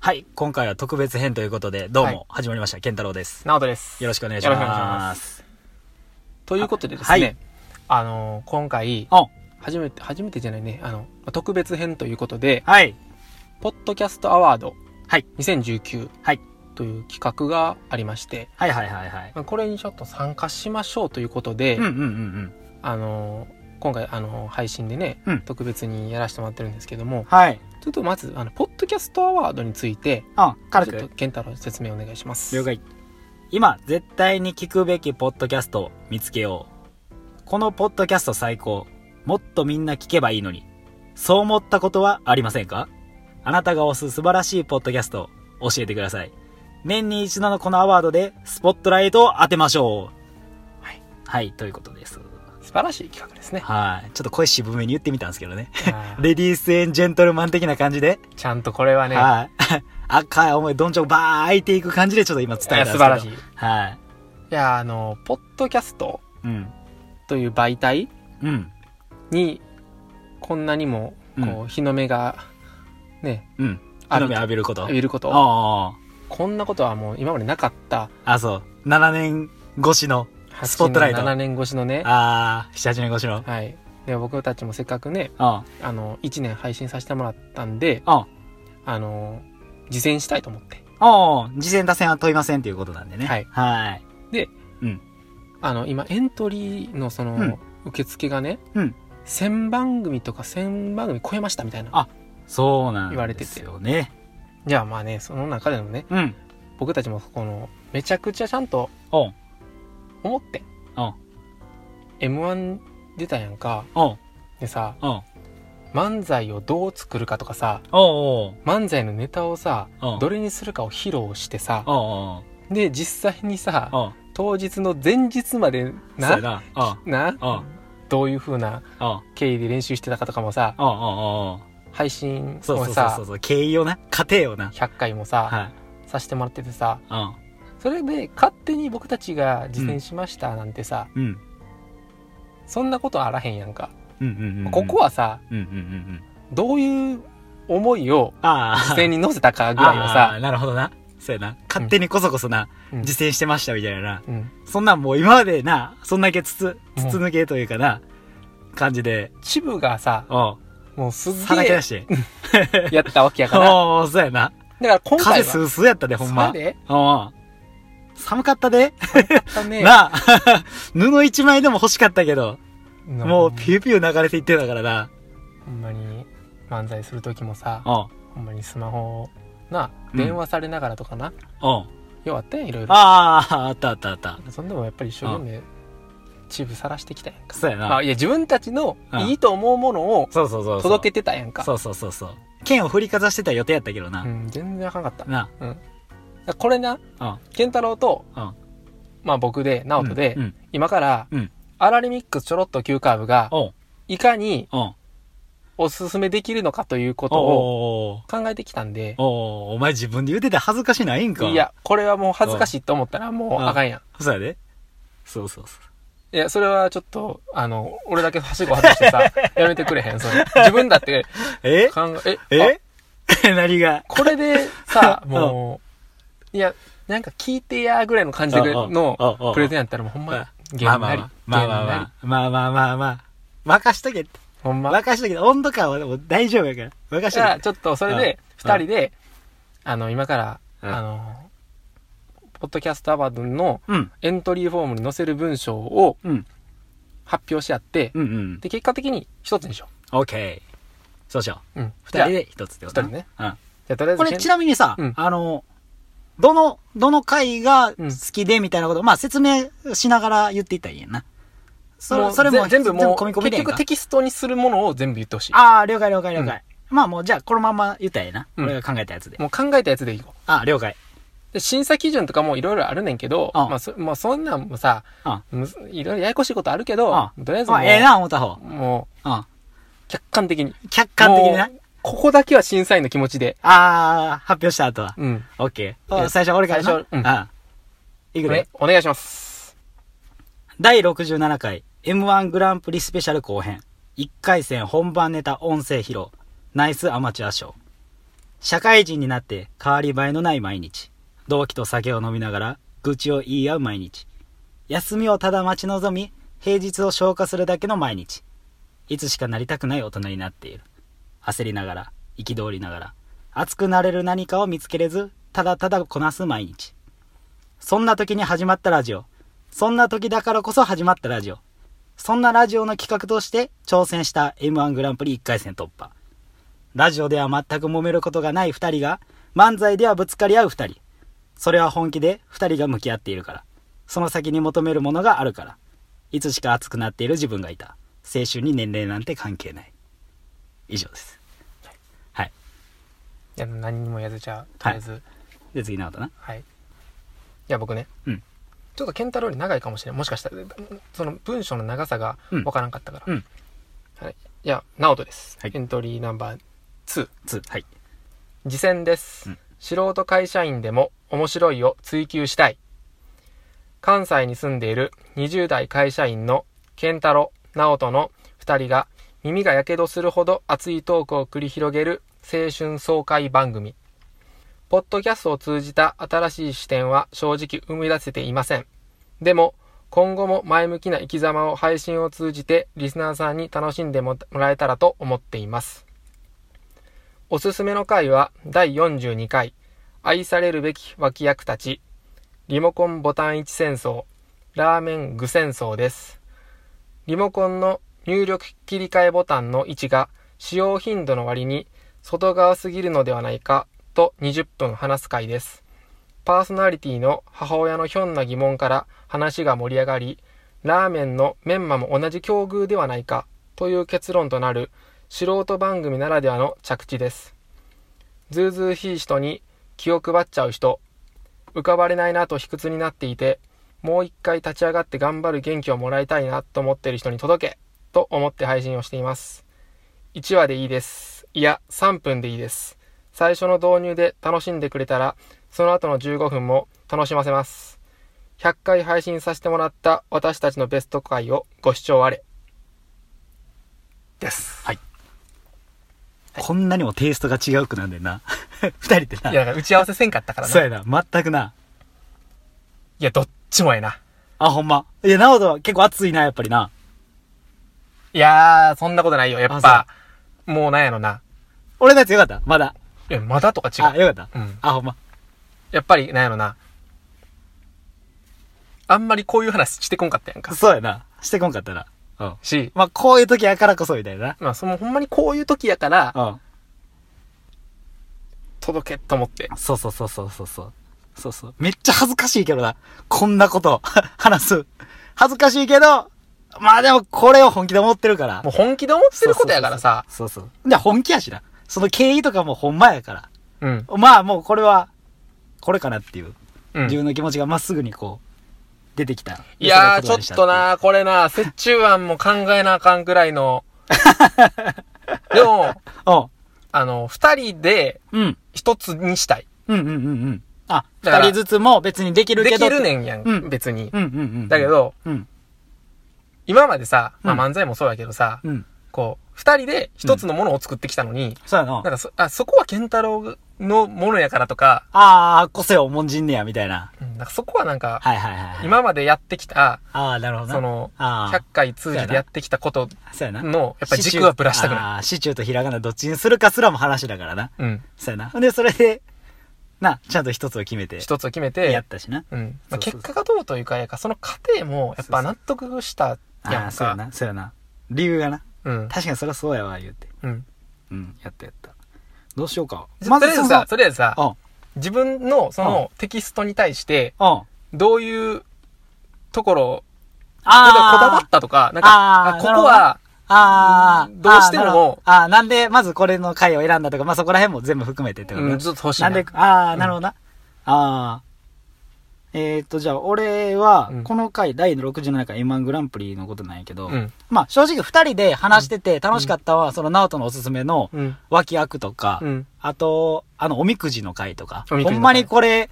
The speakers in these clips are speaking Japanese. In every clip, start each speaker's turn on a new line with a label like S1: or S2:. S1: はい、今回は特別編ということで、どうも、始まりました、健太郎です。
S2: 直人です。
S1: よろしくお願いし
S2: よろくお願いし
S1: ま。
S2: ますということでですね、
S1: はい
S2: あのー今回、
S1: お
S2: 初めて、初めてじゃないね、あの、特別編ということで、
S1: はい、
S2: ポッドキャストアワード、
S1: はい
S2: 2019、
S1: はい
S2: という企画がありまして、
S1: はいはいはいはい。
S2: まあこれにちょっと参加しましょうということで、
S1: うんうんうんうん。
S2: あのー今回、あのー配信でね、
S1: うん
S2: 特別にやらせてもらってるんですけども、
S1: はい。
S2: ちょっとまず、あの、ポッドキャストアワードについて、
S1: あ、軽
S2: ちょっと
S1: く、
S2: 健太郎説明お願いします。
S1: 了解。今、絶対に聞くべきポッドキャストを見つけよう。このポッドキャスト最高。もっとみんな聞けばいいのに。そう思ったことはありませんかあなたが推す素晴らしいポッドキャストを教えてください。年に一度のこのアワードでスポットライトを当てましょう。
S2: はい。
S1: はい、ということです。
S2: 素晴らしい企画ですね。
S1: はい。ちょっと声渋めに言ってみたんですけどね。
S2: あー
S1: レディースエンジェントルマン的な感じで。
S2: ちゃんとこれはね、
S1: はい。 赤い思い、どんちょんばー開いていく感じでちょっと今伝えたんですけど。
S2: 素晴らしい。い
S1: はい。
S2: や、あの、ポッドキャスト
S1: うん。
S2: という媒体
S1: うん。
S2: に、こんなにも、こう、日の目が、ね、
S1: うん。
S2: あ
S1: あ
S2: る
S1: の目浴びること。
S2: 浴びること、
S1: あ
S2: こんなことはもう今までなかった、
S1: あ。あ、そう。7年越しの。スポットライト
S2: 8年7年越しのね、
S1: ああ、7、8年越しの。
S2: はい。で、僕たちもせっかくね、
S1: うん。
S2: あの、1年配信させてもらったんで、
S1: うん。
S2: あの、実践したいと思って、
S1: おー、次戦打線は問いませんっていうことなんでね。
S2: はい
S1: はい。
S2: あの、今、エントリーのその、
S1: うん
S2: 受付がね、
S1: うん
S2: 1000番組とか1000番組超えましたみたいな。
S1: あそうなん
S2: 言われて
S1: で
S2: て
S1: すよね。
S2: じゃあまあね、その中でもね、
S1: うん。
S2: 僕たちもこのめちゃくちゃちゃんと
S1: おう
S2: 思って
S1: うん
S2: m 1出たやんか
S1: おう
S2: でさ
S1: おう
S2: 漫才をどう作るかとかさ
S1: おう
S2: 漫才のネタをさ
S1: おう
S2: どれにするかを披露してさ
S1: おうおう
S2: で実際にさ
S1: おう
S2: 当日の前日まで
S1: そうや
S2: な
S1: な。おう
S2: な
S1: おう
S2: どういう風な
S1: おう
S2: 経緯で練習してたかとかもさ
S1: おうおうおう
S2: 配信
S1: そう
S2: を
S1: そうそうそ
S2: さ
S1: うそう。経緯をな。過程をな。
S2: 100回もさ
S1: はい。
S2: さしてもらっててさ
S1: うん。
S2: それで勝手に僕たちが実践しましたなんてさ
S1: うん。
S2: そんなことあらへんやんか
S1: うんうんうんうん。
S2: ここはさ
S1: うんうんうんうん。
S2: どういう思いを
S1: ああ。
S2: 実践に乗せたかぐ
S1: あ
S2: らいはさ
S1: ー、なるほどな。そうやな。勝手にこそこそな、
S2: うん
S1: 実践してましたみたいなな。
S2: うん
S1: そんなんもう今までな、そんだけつつ、
S2: うん
S1: つつ抜けというかな、感じで、
S2: チブがさ、
S1: おう
S2: もうすっ
S1: さら
S2: げ
S1: け出
S2: え
S1: して。
S2: やったわけやから。
S1: おうそうやな。
S2: だから今
S1: 風
S2: 回は、
S1: スースーやったで、ほんま
S2: そう。やで
S1: おう寒かったで、
S2: だね
S1: なあ。 布一枚でも欲しかったけど、
S2: な
S1: もうピューピュー流れていってたからな。
S2: ほんまに漫才する時もさ、
S1: おう
S2: ほんまにスマホをな、
S1: うん
S2: 電話されながらとかな、
S1: おう
S2: ようあったやん、いろいろ。
S1: ああ、あったあったあった。
S2: そんでもやっぱり一生懸命、チブさらしてきたやんか。
S1: そうや
S2: ま
S1: な
S2: あ、。いや、自分たちの
S1: うん
S2: いいと思うものを
S1: そうそうそうそう。
S2: 届けてたやんか。
S1: そうそうそうそう。剣を振りかざしてた予定やったけどな。
S2: うん、全然あかんかった。だか
S1: な
S2: らこれな、
S1: あ、
S2: 健太郎と、
S1: うん、うん。
S2: まあ僕で、直人で、
S1: うん。
S2: 今から、
S1: うん
S2: アラリミックスちょろっと急カーブが、
S1: おう、
S2: いかに
S1: おう、
S2: おすすめできるのかというこ
S1: お
S2: とを
S1: お
S2: 考えてきたんで、
S1: おうお前自分で言うてて恥ずかしないんか。
S2: い。や、これはもう恥ずかしいと思ったらもう
S1: あ
S2: あかんや
S1: そうやで。そうそうそ
S2: ん。いや、それはちょっと、あの、俺だけはしご外してさ、やめてくれへん、それ。自分だって
S1: う。え
S2: 考え、えあ
S1: え 何が
S2: これでさ、もう、いや、なんか聞いてやぐらいの感じでの
S1: の
S2: プレゼ
S1: ン
S2: ンやったらもうほんま、ゲ
S1: ま
S2: ー
S1: あ
S2: ム
S1: ま
S2: な
S1: あ
S2: り、
S1: まあまあ
S2: ゲームなり
S1: まあまあまあまあまあ。任しとけって。
S2: ほんま。
S1: 任しとけって。温度感はでも大丈夫やから。任し
S2: じゃあ、
S1: と
S2: ちょっとそれで、
S1: うん
S2: 二人で、あの、今から、
S1: うん
S2: あの、ポッドキャストアワードの
S1: け。うん。
S2: エントリーフォームに載せる文章を
S1: うん。
S2: 発表し合って、
S1: うんうん。
S2: で、結果的に一つにしよ
S1: オッケー。そうしよう。
S2: う。うん。
S1: 二人。で一つってことな
S2: 二人ね。
S1: うん。
S2: じゃあ、とりあえず、
S1: これちなみにさ、
S2: うん
S1: あの、どの、どの回が好きでみたいなこと、まあ説明しながら言っていったらいいやんな。それ
S2: う
S1: それも
S2: ぜ全部もう、
S1: 込み込みで
S2: 結
S1: いいんか
S2: 局テキストにするものを全部言ってほしい。
S1: ああ、了解了解了解。まあもうじゃあこのまま言ったらいいな。
S2: うん
S1: 俺が考えたやつで。
S2: もう考えたやつでいこう。
S1: ああ、了解。
S2: で、審査基準とかもいろいろあるねんけど、
S1: ああ
S2: まあ、そ、まあ、そんなんもさ、
S1: あ
S2: むずいろいろややこしいことあるけど、
S1: あ
S2: とりあえず
S1: ま
S2: もう、
S1: あええな、思った方。
S2: もう、
S1: うん。
S2: 客観的に。
S1: 客観的にな
S2: も。うここだけは審査員の気持ちで。
S1: ああ、発表した後は。
S2: うん。
S1: オッケ
S2: い
S1: ー。
S2: や
S1: 最初俺からな。
S2: 最初うん
S1: ああいくで
S2: ね。お願いします。
S1: 第67回 M1 グランプリスペシャル後編1回戦本番ネタ音声披露ナイスアマチュア賞社会人になって変わり映えのない毎日。同期と酒を飲みながら愚痴を言い合う毎日。休みをただ待ち望み、平日を消化するだけの毎日。いつしかなりたくない大人になっている。焦りながら、憤りながら、熱くなれる何かを見つけれず、ただただこなす毎日。そんな時に始まったラジオ。そんな時だからこそ始まったラジオ。そんなラジオの企画として挑戦した M1 グランプリ1回戦突破。ラジオでは全く揉めることがない2人が、漫才ではぶつかり合う2人。それは本気で2人が向き合っているから。その先に求めるものがあるから。いつしか熱くなっている自分がいた。青春に年齢なんて関係ない。以上です。はい。
S2: いや、何にもやずじゃあ、とりあえず。
S1: で、次直人な。
S2: はい。いや、僕ね。
S1: うん
S2: ちょっと健太郎より長いかもしれない。もしかしたら、その文章の長さが
S1: うん
S2: わからんかったか
S1: う
S2: ら。
S1: ん
S2: はい。いや、直人です。
S1: はい
S2: エントリーナンバー2。
S1: つ、はい。
S2: 次戦です、
S1: うん
S2: 素人会社員でも面白いを追求したい関西に住んでいる20代会社員の健太郎直人の2人が耳がやけどするほど熱いトークを繰り広げる青春爽快番組ポッドキャストを通じた新しい視点は正直生み出せていませんでも今後も前向きな生き様を配信を通じてリスナーさんに楽しんでもらえたらと思っていますおすすめの回は第42回愛されるべき脇役たちリモコンボタン位置戦争ラーメン具戦争ですリモコンの入力切り替えボタンの位置が使用頻度の割に外側すぎるのではないかと20分話す回ですパーソナリティの母親のひょんな疑問から話が盛り上がりラーメンのメンマも同じ境遇ではないかという結論となる素人番組ならではの着地ですずうずうしい人に気を配っちゃう人浮かばれないなと卑屈になっていてもう一回立ち上がって頑張る元気をもらいたいなと思っている人に届けと思って配信をしています1話でいいですいや3分でいいです最初の導入で楽しんでくれたらその後の15分も楽しませます100回配信させてもらった私たちのベスト回をご視聴あれです
S1: こんなにもテイストが違うくなんでんな。 二人って
S2: い
S1: な。
S2: や、だから打ち合わせせんかったから
S1: そ
S2: な。
S1: う
S2: い
S1: やな。全くな。
S2: や、どっちもええな。
S1: あ、ほんま。いや、直人は結構熱いな、やっぱりな。
S2: いやー、そんなことないよ。やっぱ、もうなんやろな。
S1: 俺のやつよかった。まだ。
S2: いや、まだとか違
S1: あ、
S2: う。
S1: よかった。
S2: うん
S1: あ、ほんま。
S2: やっぱりなんやろな。あんまりこういう話してこんかったやんか。
S1: そうやな。してこんかったな。うん。
S2: し、
S1: まあ、こういう時やからこそ、みたいな。
S2: まあ、そのほんまにこういう時やから、
S1: うん。
S2: 届けと思って。
S1: そうそうそうそうそうそう。そうそう。めっちゃ恥ずかしいけどな。こんなこと、 話す。恥ずかしいけど、まあでもこれを本気で思ってるから。
S2: もう本気で思ってることやからさ。
S1: そうそうそう。そうそう。で、本気やしな。その経緯とかもほんまやから。
S2: うん。
S1: まあもうこれは、これかなっていう。
S2: う
S1: 自
S2: ん。
S1: 分の気持ちがまっすぐにこう、出てきた。
S2: いやー、
S1: それを言葉にし
S2: ち
S1: た
S2: ょって
S1: い
S2: と
S1: う。
S2: なこれな、折衷案も考えなあかんくら いの。でも、あの、二人で
S1: うん。うん。
S2: 一つにしたい。
S1: うんうんうんうん。あ、
S2: だか
S1: 二
S2: ら
S1: 人ずつも別にできる
S2: で
S1: けど。
S2: きるねんやん、
S1: うん
S2: 別に。
S1: うんうんうん。
S2: だけ。ど、
S1: うん。
S2: 今までさ、まあ、
S1: うん
S2: 漫才もそうやけどさ、
S1: うん。
S2: こう、二人で一つのものを作ってきたのに、
S1: そうやな。
S2: なんかそ、あ、そこは健太郎のものやからとか、
S1: あー、個性を重んじんねや、みたいな。
S2: うんなんかそこはなんか、
S1: はいはいはいはい。
S2: 今までやってきた、
S1: ああ、なるほどな。
S2: その、
S1: あ
S2: 100回通じてやってきたこと
S1: あ、そうやな。
S2: の、やっぱ軸はぶらしたくない。
S1: ああ、シチューとひらがなどっちにするかすらも話だからな。
S2: うん。
S1: そうやな。ほんで、それで、な、ちゃんと一つを決めて、
S2: 一つを決め
S1: や
S2: て
S1: っ、たしな。
S2: うん。
S1: そ
S2: まあ、
S1: うそうそう
S2: 結果がどうというか、やっぱその過程も、やっぱ納得した
S1: あ
S2: や
S1: あ、
S2: ん
S1: そうや
S2: か。
S1: な、そうやな。理由がな。
S2: うん。
S1: 確かにそりゃそうやわ、言うて。
S2: うん。
S1: うん、やったやった。どうしようか。
S2: とりあえずさ、
S1: そ
S2: とりあえずさ、
S1: の
S2: 自分のそのテキストに対して、
S1: うん、うん。
S2: どういうところを例えばこだわ
S1: あ
S2: っ、たとか、なんか、
S1: あー
S2: あここは、
S1: ああ、
S2: どうしても
S1: あーなるほどあーなんで、まずこれの回を選んだとか、まあ、そこら辺も全部含めてってこと
S2: う
S1: ね
S2: ん、ずっと欲しい
S1: な
S2: な。
S1: んで、ああ、なるほどな。ああ。えーっと、じゃあ、俺は
S2: うん、
S1: この回、第67回 M1 グランプリのことなんやけど、
S2: うん。
S1: まあ、正直二人で話してて楽しかったのは、その、ナオトのおすすめの、
S2: うん。
S1: 脇役とか、
S2: うん。
S1: あと、あの、おみくじの回とか、
S2: おみくじの
S1: ほ
S2: 回
S1: んまにこれ、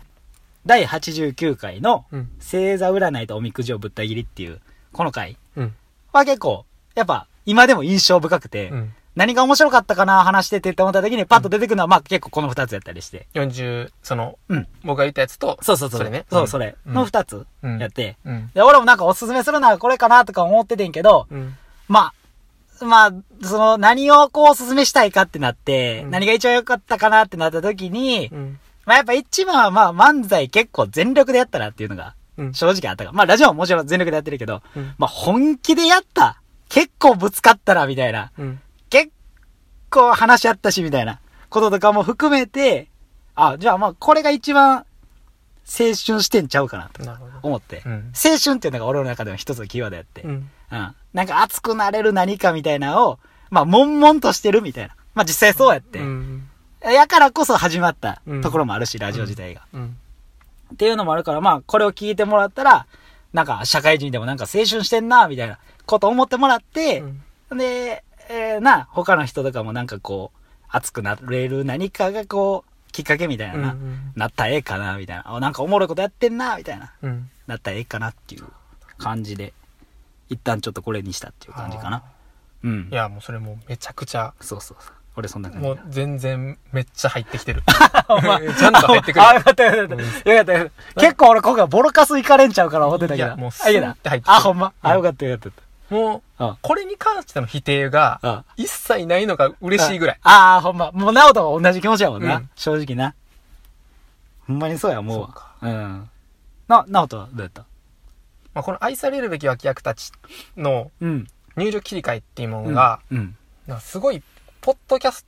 S1: 第89回の、
S2: うん。
S1: 星座占いとおみくじをぶった切りっていう、この回
S2: うん。
S1: は結構、やっぱ、今でも印象深くて、
S2: うん。
S1: 何が面白かったかな話しててって思った時にパッと出てくるのは、まあ結構この二つやったりして。
S2: 40、その、
S1: うん
S2: 僕が言ったやつと、
S1: そうそうそう。
S2: それね
S1: そう、それ。
S2: うん
S1: の二つ
S2: うん
S1: やって。
S2: うん。
S1: で、俺もなんかおすすめするのはこれかなとか思っててんけど、
S2: うん。
S1: まあ、まあ、その、何をこうおすすめしたいかってなって、
S2: うん
S1: 何が一番良かったかなってなった時に、
S2: うん。
S1: まあやっぱ一番はまあ漫才結構全力でやったなっていうのが
S2: うん。
S1: 正直あったから。まあラジオももちろん全力でやってるけど、
S2: うん
S1: まあ本気でやった結構ぶつかったらみたいな。
S2: うん。
S1: 結構話し合ったし、みたいなこととかも含めて、あ、じゃあまあこれが一番青春してんちゃうかなと
S2: なるほど。
S1: 思って。
S2: うん。
S1: 青春っていうのが俺の中でも一つのキーワードやって。う。
S2: うんん。
S1: なんか熱くなれる何かみたいなのを、まあ悶々としてるみたいな。まあ実際そうやって。
S2: うん。
S1: やからこそ始まったところもあるし、ラジオ自体が。
S2: うん。
S1: っていうのもあるから、まあ、これを聞いてもらったら、なんか、社会人でもなんか青春してんな、みたいなこと思ってもらって、で、えーな、他の人とかもなんかこう、熱くなれる何かがこう、きっかけみたいなな、
S2: うん
S1: なったらええかな、みたいな。あ、なんかおもろいことやってんな、みたいな。
S2: うん。
S1: なったらええかなっていう感じで、一旦ちょっとこれにしたっていう感じかな。うん
S2: い。や、もうそれもうめちゃくちゃ、
S1: そうそうそう。俺そんな感じ
S2: も
S1: だ
S2: う全然めっちゃ入ってきてる。
S1: お前
S2: ちゃんと入ってくる
S1: あ、よかったよかった。よかったよかった。結構俺今回ボロカスいかれんちゃうから思ってたけど。
S2: いやもうス
S1: あいけた
S2: ンって入ってくる
S1: あ、ほんま。あ、よかったよかっ
S2: もう、
S1: た。うん。
S2: これに関しての否定が
S1: あ、
S2: 一切ないのが嬉しいぐらい。
S1: ああ、ほんま。もう、なおと同じ気持ちやもんな。
S2: うん
S1: 正直な。ほんまにそうや、もう。
S2: そうか
S1: ん。な、なおとはどうやった
S2: まあ、この愛されるべき脇役たちの
S1: うん。
S2: 入力切り替えっていうも
S1: う
S2: の
S1: ん
S2: が、
S1: うん。
S2: なんかすごい、ポッドキャス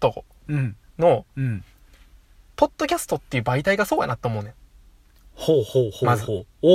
S2: ト
S1: うん。
S2: の、
S1: うん。
S2: ポッドキャストっていう媒体がそうやなと思うね
S1: ほうほうほう
S2: まず
S1: ほう。お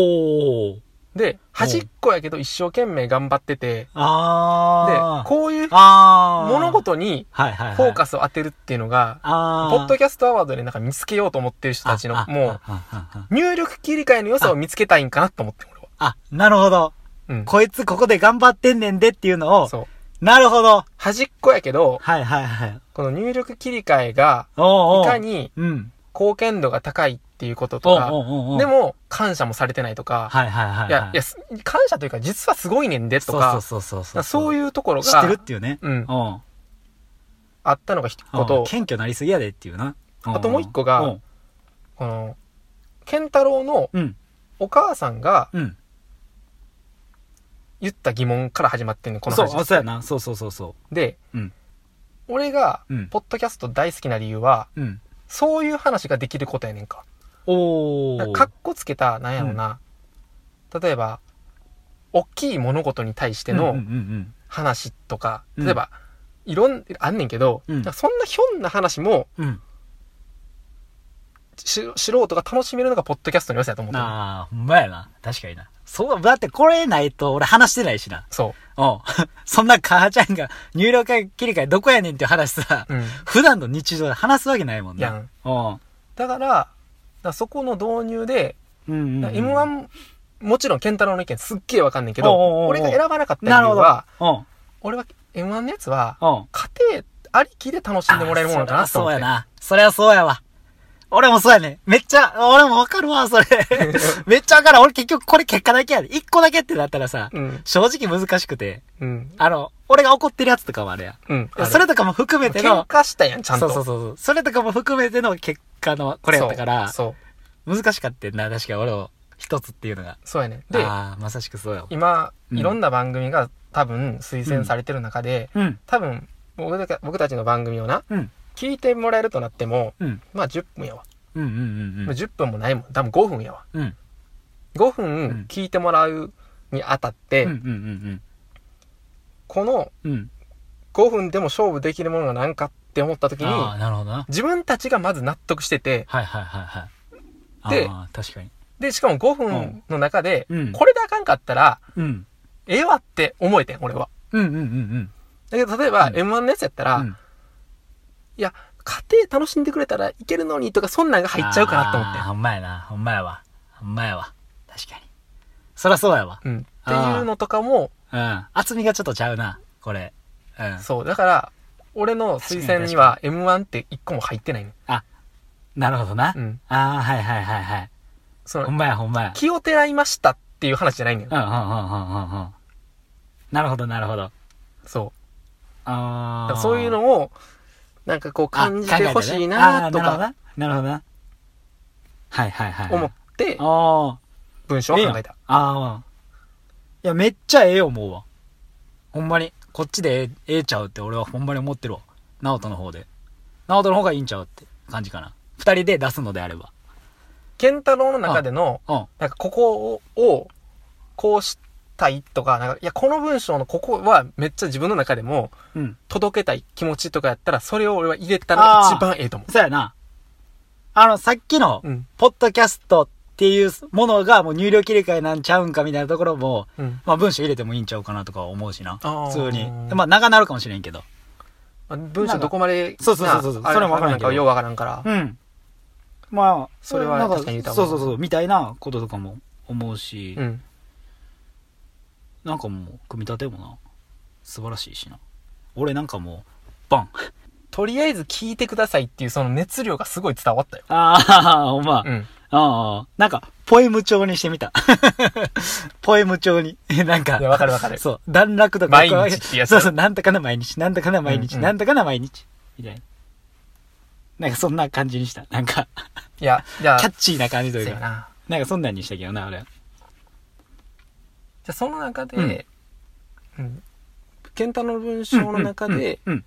S1: ー。
S2: ん。で、端っこやけど一生懸命頑張ってて、で
S1: あ、ー。
S2: こういう
S1: あー。
S2: 物事に
S1: はいはいはい。
S2: フォーカスを当てるっていうのが、
S1: あー。
S2: ポッドキャストアワードでなんか見つけようと思ってる人たちの
S1: あ、
S2: も
S1: ああああ
S2: う、入力切り替えの良さを見つけたいんかなと思って、俺は。
S1: あ、なるほど。
S2: うん。
S1: こいつここで頑張ってんねんでっていうのを、
S2: そう。
S1: なるほど。
S2: 端っこやけど、
S1: はいはいはい。
S2: この入力切り替えが、
S1: おうおう
S2: いかに
S1: うん。
S2: 貢献度が高いっていうこと
S1: お
S2: と
S1: う
S2: か、
S1: おうおうおう
S2: で、も、感謝もされてないとか、
S1: はいはいはい。
S2: いや、いや、す感謝というか、実はすごいねんでと
S1: そう
S2: か、
S1: そうそう
S2: そ
S1: そうう。
S2: そう
S1: う
S2: いうところ
S1: 知ってる
S2: が
S1: っ、ていうね。
S2: うん、
S1: うん。
S2: あったのが一
S1: うん
S2: 言、
S1: 謙虚なりすぎやでっていうな。ん
S2: あともう一個が
S1: うん
S2: この、ケンタロウの
S1: うん。
S2: お母さんが
S1: うん。
S2: 言った疑問から始まってんの、この
S1: そう、
S2: 話。
S1: あそうやな。そうそうそうそ
S2: で、
S1: うん
S2: 俺が
S1: う。うん。
S2: ポッドキャスト大好きな理由は、
S1: うん。
S2: そういう話ができることやねんか。
S1: お
S2: だから
S1: ー。
S2: かっこつけた、なんやろな、例えば、大きい物事に対して
S1: うんう
S2: の
S1: ん
S2: 話とか、
S1: うん
S2: 例えば、いろん、あんねんけど、
S1: うん
S2: なんかそんなひょんな話も
S1: うん。うん。
S2: し、素人が楽しめるのがポッドキャストの良さやと思ってる
S1: なあ、ほんまやな。確かにな。そう、だってこれないと俺話してないしな。
S2: そ
S1: うん。 そんな母ちゃんが入力切り替えどこやねんっていう話さ
S2: う。、うん。
S1: 普段の日常で話すわけないもん
S2: や
S1: な。
S2: ん。
S1: うん。
S2: だから、だからそこの導入で、
S1: うんうんうん
S2: M1、もちろん健太郎の意見すっげえわかんねんけ
S1: おうおうおうお
S2: ど、
S1: う
S2: 俺が選ばなかった理
S1: なる
S2: 由
S1: ほど。
S2: は、
S1: うん。
S2: 俺は M1 のやつは、
S1: うん。
S2: 家庭ありきで楽しんでもらえるものかなと
S1: そ
S2: 思
S1: う
S2: っ
S1: や
S2: て。
S1: な。そりゃそうやわ。俺もそうやね。めっちゃ、俺もわかるわ、 それ。めっちゃわかる。俺結局これ結果だけやで。一個だけってなったらさ、
S2: うん。
S1: 正直難しくて。
S2: うん。
S1: あの、俺が怒ってるやつとかもあるや
S2: うん。
S1: ん。それとかも含めて
S2: 喧
S1: の、
S2: 嘩したやん、ちゃん
S1: そ
S2: と。
S1: うそうそうそう。それとかも含めての結果の、これやったから、
S2: そう。
S1: 難しかったよな、確か俺を一つっていうのが。
S2: そうそうやねん。で、
S1: ああ、まさしくそうやわ。
S2: 今、
S1: うん
S2: いろんな番組が多分推薦されてる中で、
S1: うん。
S2: 多分、僕だけ僕たちの番組をな、
S1: うん。
S2: 聞いてもらえるとなっても、
S1: うん。
S2: まあ10分やわ。
S1: うんうんうん
S2: もう10分もないもん。多分5分やわ。
S1: うん。うん。
S2: 5
S1: ん
S2: 分聞いてもらうにあたって、
S1: うんうんうん
S2: この
S1: うん。うん。
S2: 5分でも勝負できるものが何かって思った時に、
S1: ああ、なるほどな。
S2: 自分たちがまず納得してて、
S1: はいはいはいはい。
S2: で
S1: あー確かに。
S2: で、しかも5分の中で、
S1: うん
S2: これであかんかったら、
S1: うん。
S2: ええわって思えてん、俺は。
S1: うんうんうんうん。
S2: だけど、例えば、
S1: うん
S2: M1 のやつやったら、
S1: うん
S2: いや、家庭楽しんでくれたらいけるのにとか、そんなんが入っちゃうかなと思
S1: あー
S2: っ
S1: ほんまやな。ほんまやわ。ほんまやわ。確かに。そらそうやわ。
S2: てん。うん。って
S1: あー
S2: いうのとかも、
S1: うん。厚みがちょっとちゃうな。これ。うん。
S2: そう。だから、俺の推薦には M1 って一個も入ってないの。
S1: なるほどな。
S2: うん。
S1: ああ、はいはいはいはい。
S2: そ
S1: ほ
S2: の、
S1: んまやほんまや。
S2: 気をてらいましたっていう話じゃないのよ
S1: う。んうんうんうんうんうん。なるほどなるほど。
S2: そ
S1: あー
S2: だからそういうのを、なんかこう
S1: あ
S2: 感じてほしい
S1: 考
S2: な
S1: え
S2: と
S1: たねあー
S2: か
S1: なるほどな。なるほどな。はいはいはい。
S2: 思って
S1: あ
S2: 文章
S1: あ。
S2: を
S1: ええやん
S2: 考えた。
S1: ああ。いや、めっちゃええ思うわ。ほんまに。こっちでええええちゃうって俺はほんまに思ってるわ。直人の方で。直人の方がいいんちゃうって感じかな。二人で出すのであれば。
S2: ケンタロウの中での、
S1: うん。
S2: なんかここを、こうしたいとか、なんか、いや、この文章のここはめっちゃ自分の中でも
S1: うん。
S2: 届けたい気持ちとかやったら、それを俺は入れた
S1: あ
S2: ら
S1: ー
S2: 一番ええと思
S1: そうやな。あの、さっきの
S2: う。う、ん。
S1: ポッドキャストっていうものがもう入力切り替えなんちゃうんかみたいなところも、
S2: うん。
S1: まあ文章入れてもいいんちゃうかなとか思うしな。
S2: あー
S1: 普通に。まあ長なるかもしれんけど。
S2: まあ文章どこまで、
S1: そうそうそうそう
S2: なあ
S1: それもわからん
S2: なん
S1: けど
S2: かようわからんから。
S1: うん。まあ、
S2: それは
S1: なん
S2: 確かに言うたもん
S1: そうそうそう、みたいなこととかも思うし、
S2: うん。
S1: なんかもう、組み立てもな、素晴らしいしな。俺なんかもう、バン。
S2: とりあえず聞いてくださいっていうその熱量がすごい伝わったよ。
S1: ああ、 ほんま。
S2: うん。
S1: ああ、なんか、ポエム調にしてみた。 ポエム調に。 なんか
S2: いや、、わかるわかる。
S1: そう、段落とか。
S2: 毎日ってやつ
S1: そうそう、なんとかな毎日、なんとかな毎日、
S2: うんうん
S1: なんとかな毎日。みたいな。なんかそんな感じにした。なんか、
S2: いや、じゃあ、
S1: キャッチーな感じと
S2: そう
S1: いう
S2: や
S1: か。
S2: な。
S1: なんかそんなんにしたけどな、俺は。
S2: じゃあ、その中で、
S1: う
S2: うんん。ケンタの文章の中で、
S1: うん、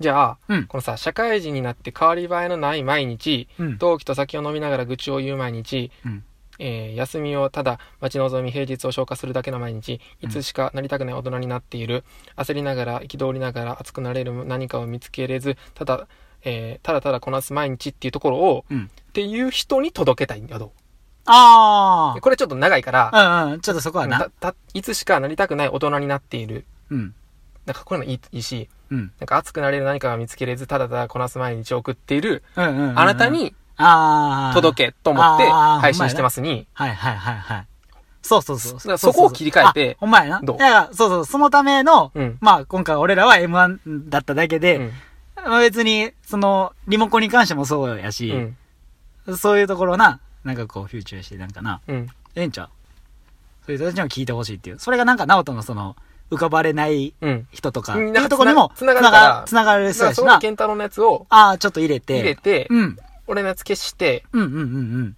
S2: じゃあ、
S1: うん
S2: このさ、社会人になって変わり映えのない毎日、
S1: うん、うん。
S2: 同期と酒を飲みながら愚痴を言う毎日、
S1: うん
S2: えー休みをただ待ち望み平日を消化するだけの毎日いつしかなりたくない大人になっている、焦りながら憤りながら熱くなれる何かを見つけれずただ、えーただただこなす毎日っていうところを、
S1: うん
S2: っていう人に届けたいんだと
S1: ああ。
S2: これちょっと長いから、
S1: うんうん、ちょっとそこはな
S2: た。たいつしかなりたくない大人になっている
S1: うん。
S2: なんかこういうのいいいいし
S1: うん。
S2: なんか熱くなれる何かを見つけれずただただこなす毎日を送っている
S1: うんうんうんうん。
S2: あなたに
S1: あー、
S2: 届けと思って
S1: あー
S2: 配信してますに、
S1: はいはいはいはい。そうそうそう。
S2: だからそこを切り替えて
S1: あほんまやな。
S2: どう
S1: いや、そうそう。そのための、
S2: うん
S1: まあ今回俺らは M1 だっただけ
S2: う
S1: で、
S2: ん
S1: まあ別に、その、リモコンに関してもそうや
S2: う
S1: し、
S2: ん
S1: そういうところな、なんかこうフューチャーしてなんかな、
S2: うん
S1: ええんちゃうそういう人たちにも聞いてほしいっていう。それがなんか、ナオトのその、浮かばれない
S2: うん
S1: 人とか、って
S2: う
S1: い
S2: んなん
S1: う
S2: か
S1: ところにも、
S2: つなつながるから
S1: つながる
S2: だか
S1: そう
S2: ら
S1: やし
S2: その
S1: な。
S2: 健太郎のやつを
S1: ああ、ちょっと入れて。
S2: 入れて、
S1: うん。
S2: 俺のやつ消して、
S1: うんうんうんうん。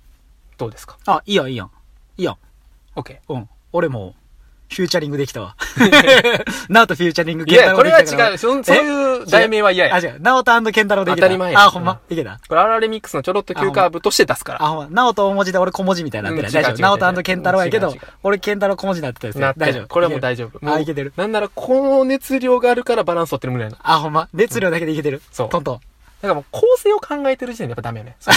S2: どうですか
S1: あ、いいよいいよ。いいよ。
S2: ?OK。
S1: うん。俺も、フューチャリングできた わ。ナオトフューチャリング
S2: いや、これは
S1: ケンタロウで
S2: 違
S1: き
S2: う。そそういう題名は嫌
S1: たからあ、
S2: や。
S1: 違う。ナオトケンタロウできた。
S2: 当たり前や
S1: あ、ほんま。いけた。
S2: これ、アラレミックスのちょろっと急カーブとして出すか
S1: あ、ほんま。ナオト大文字で俺小文字みたいになってる。
S2: うん
S1: 大丈
S2: 違う違
S1: 夫。
S2: う
S1: ナオトケンタロウやけ
S2: 違う
S1: ど
S2: 違う違う、
S1: 俺ケンタロウ小文字になってたやつ
S2: ら。
S1: や
S2: なって
S1: 大丈夫。
S2: これはもう
S1: い
S2: 大丈夫。
S1: けるあ、いけてる。
S2: なんなら、この熱量があるからバランス取ってるみたいな。だか
S1: あ、ほんま。熱量だけでいけてる。
S2: そう
S1: トントン。
S2: らもう構成を考えてる時点でやっぱダメよね。そう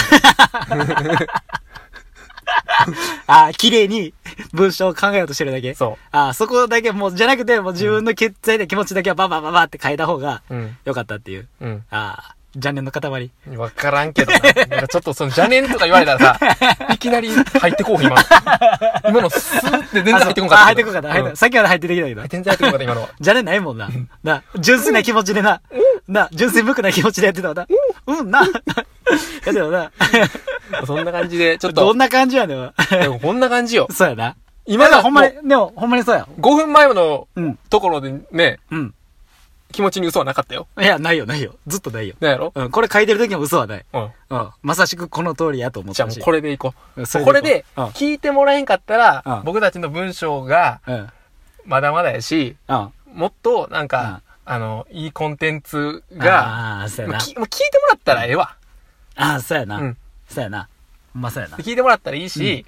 S1: あ、綺麗に 文章を考えようとしてるだけ。
S2: そ
S1: あ、 そこだけもう、じゃなくて、もう自分の決済で気持ちだけはババババって変えた方が、
S2: う。うん。
S1: よかったっていう。
S2: うん。
S1: ああ、邪念の塊。
S2: わからんけどな。なんかちょっとその邪念とか言われた らさ、いきなり入ってこう、今の。今のスーって全然入ってこんかった。
S1: あ入ってこんかった。入って
S2: うん
S1: さっきまで入ってできたけど。
S2: 全然入ってこんかった、今のは。
S1: 邪念ないもんな。な、純粋な気持ちでな。な、純粋無垢な気持ちでやってたわな。うん、な。や ってたわ な。
S2: そんな感 じで、ちょっ
S1: ど
S2: と
S1: ん、な感じやねん。
S2: でもこんな感じよ。
S1: そうやな。
S2: 今
S1: だ
S2: だ、
S1: ほんまに、でも、ほんまにそうや。
S2: 5分前の
S1: うん。
S2: ところでね、
S1: うん。
S2: 気持ちに嘘はなかったよ。
S1: いや、ないよ、ないよ。ずっとないよ。
S2: なんやろ
S1: うん、これ書いてる時も嘘はない。
S2: うん。
S1: うん。まさしくこの通りやと思っ
S2: じ
S1: た
S2: ゃあも
S1: し。
S2: うこれでいこ
S1: うん
S2: う。
S1: そ
S2: これで、
S1: うん。うん。
S2: 聞いてもらえんかった
S1: うん
S2: ら、僕たちの文章が、
S1: うん。
S2: まだまだやし、
S1: あ
S2: もっと、なんか、あの、いいコンテンツが、
S1: あー、そうや
S2: ま
S1: な
S2: あ。きもう聞いてもらったらええわ。
S1: ああ、そうや
S2: う
S1: な。
S2: ん。
S1: そうやな。ほんまそうやな
S2: で。聞いてもらったらいいし、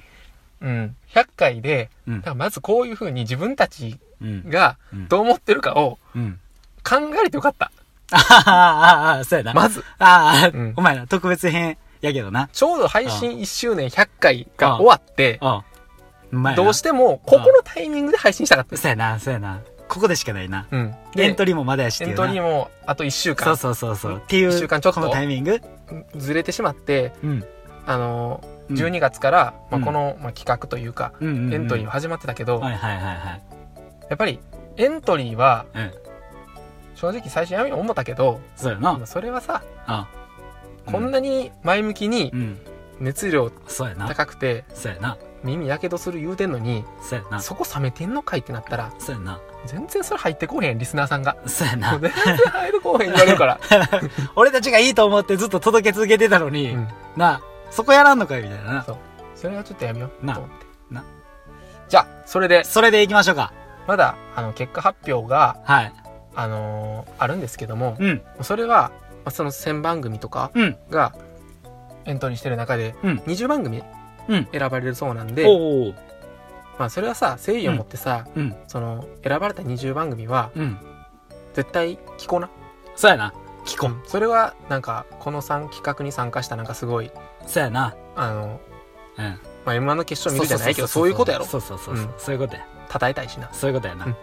S2: うん。100回で、
S1: うん
S2: だからまずこういうふうに自分たち
S1: うん。
S2: が
S1: うん
S2: どう思ってるかを
S1: うん。
S2: 考えてよかった。
S1: ああ、ああ、ああ、そうやな。
S2: まず。
S1: ああ、
S2: うん
S1: お前ら特別編やけどな。
S2: ちょうど配信1周年100回が終わって、
S1: うん。うまいな
S2: どうしても、ここのタイミングで配信したかったです。
S1: そうやな、そうやな。ここでしかないな。
S2: うん。
S1: エント
S2: リ
S1: リーもまだやしって
S2: エ
S1: いう
S2: ン
S1: な。
S2: トリーも、あと1週
S1: そう
S2: 間、
S1: そうそうそう。
S2: うん
S1: っていう、
S2: 一週間ちょっと
S1: このタイミング
S2: ずれてしまって、
S1: うん。
S2: あの
S1: うん
S2: ー、12月から、
S1: う
S2: ま
S1: ん
S2: あ、この、まあ、企画というか、
S1: うんうんうん
S2: エントリーは始まってたけど、
S1: は
S2: や
S1: いはいはいはい。
S2: っぱり、エントリーは
S1: うん、
S2: 正直最初やめよう思ったけど、
S1: そうやな
S2: まあ。それはさ、
S1: あ
S2: こんなに前向きに
S1: うん。
S2: 熱量
S1: そうやな。
S2: 高くて、
S1: そうやな。
S2: 耳やけどする言うてんのに、
S1: そうやな。そ
S2: そこ冷めてんのかいってなったら、
S1: うやな。
S2: 全然それ入ってこうへんリスナーさんが
S1: そうや
S2: も
S1: な
S2: う。全然入るこうへん言われるから、
S1: 俺たちがいいと思ってずっと届け続けてたの
S2: う
S1: に、
S2: ん、
S1: なあ、そこやらんのかよ、みたいなな。
S2: それはちょっとやめよう
S1: な
S2: と思って
S1: な
S2: じゃあそれで
S1: それで行きましょうか。
S2: まだあの結果発表が、
S1: はい。
S2: あのーあるんですけども
S1: うん、
S2: それはまあその1000番組とか
S1: うん、
S2: がエントリーしてる中で
S1: うん
S2: 20番組
S1: うん
S2: 選ばれるそうなんで、
S1: おお、
S2: まあ、それはさ誠意を持ってさ、
S1: うん、
S2: その選ばれた20番組は
S1: うん。
S2: 絶対聞こうな
S1: そうやな。聞こ
S2: それはなんかこの3企画に参加したなんかすごい
S1: そうやな。
S2: あの、
S1: うん。
S2: まあ、m 1の決勝見るじゃないけどそういうことやろ
S1: そうそうそうそう
S2: う。
S1: そういうことや。
S2: 叩いたいしな
S1: そういうことやな
S2: うん。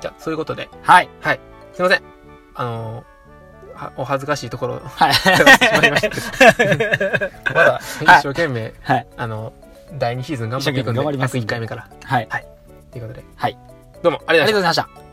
S2: じゃあそういうことで
S1: はい。
S2: すいませんあのはお恥ずかしいところを
S1: はい。
S2: やらせてしまいましたまだ一生懸命、
S1: はい
S2: あの第2シーズン頑張ってい
S1: 一生懸
S2: くん
S1: 命頑張り
S2: で
S1: ますんで
S2: 101回目から
S1: はい。ありが
S2: ということで
S1: はい
S2: どうもありがとうございました
S1: とうございました。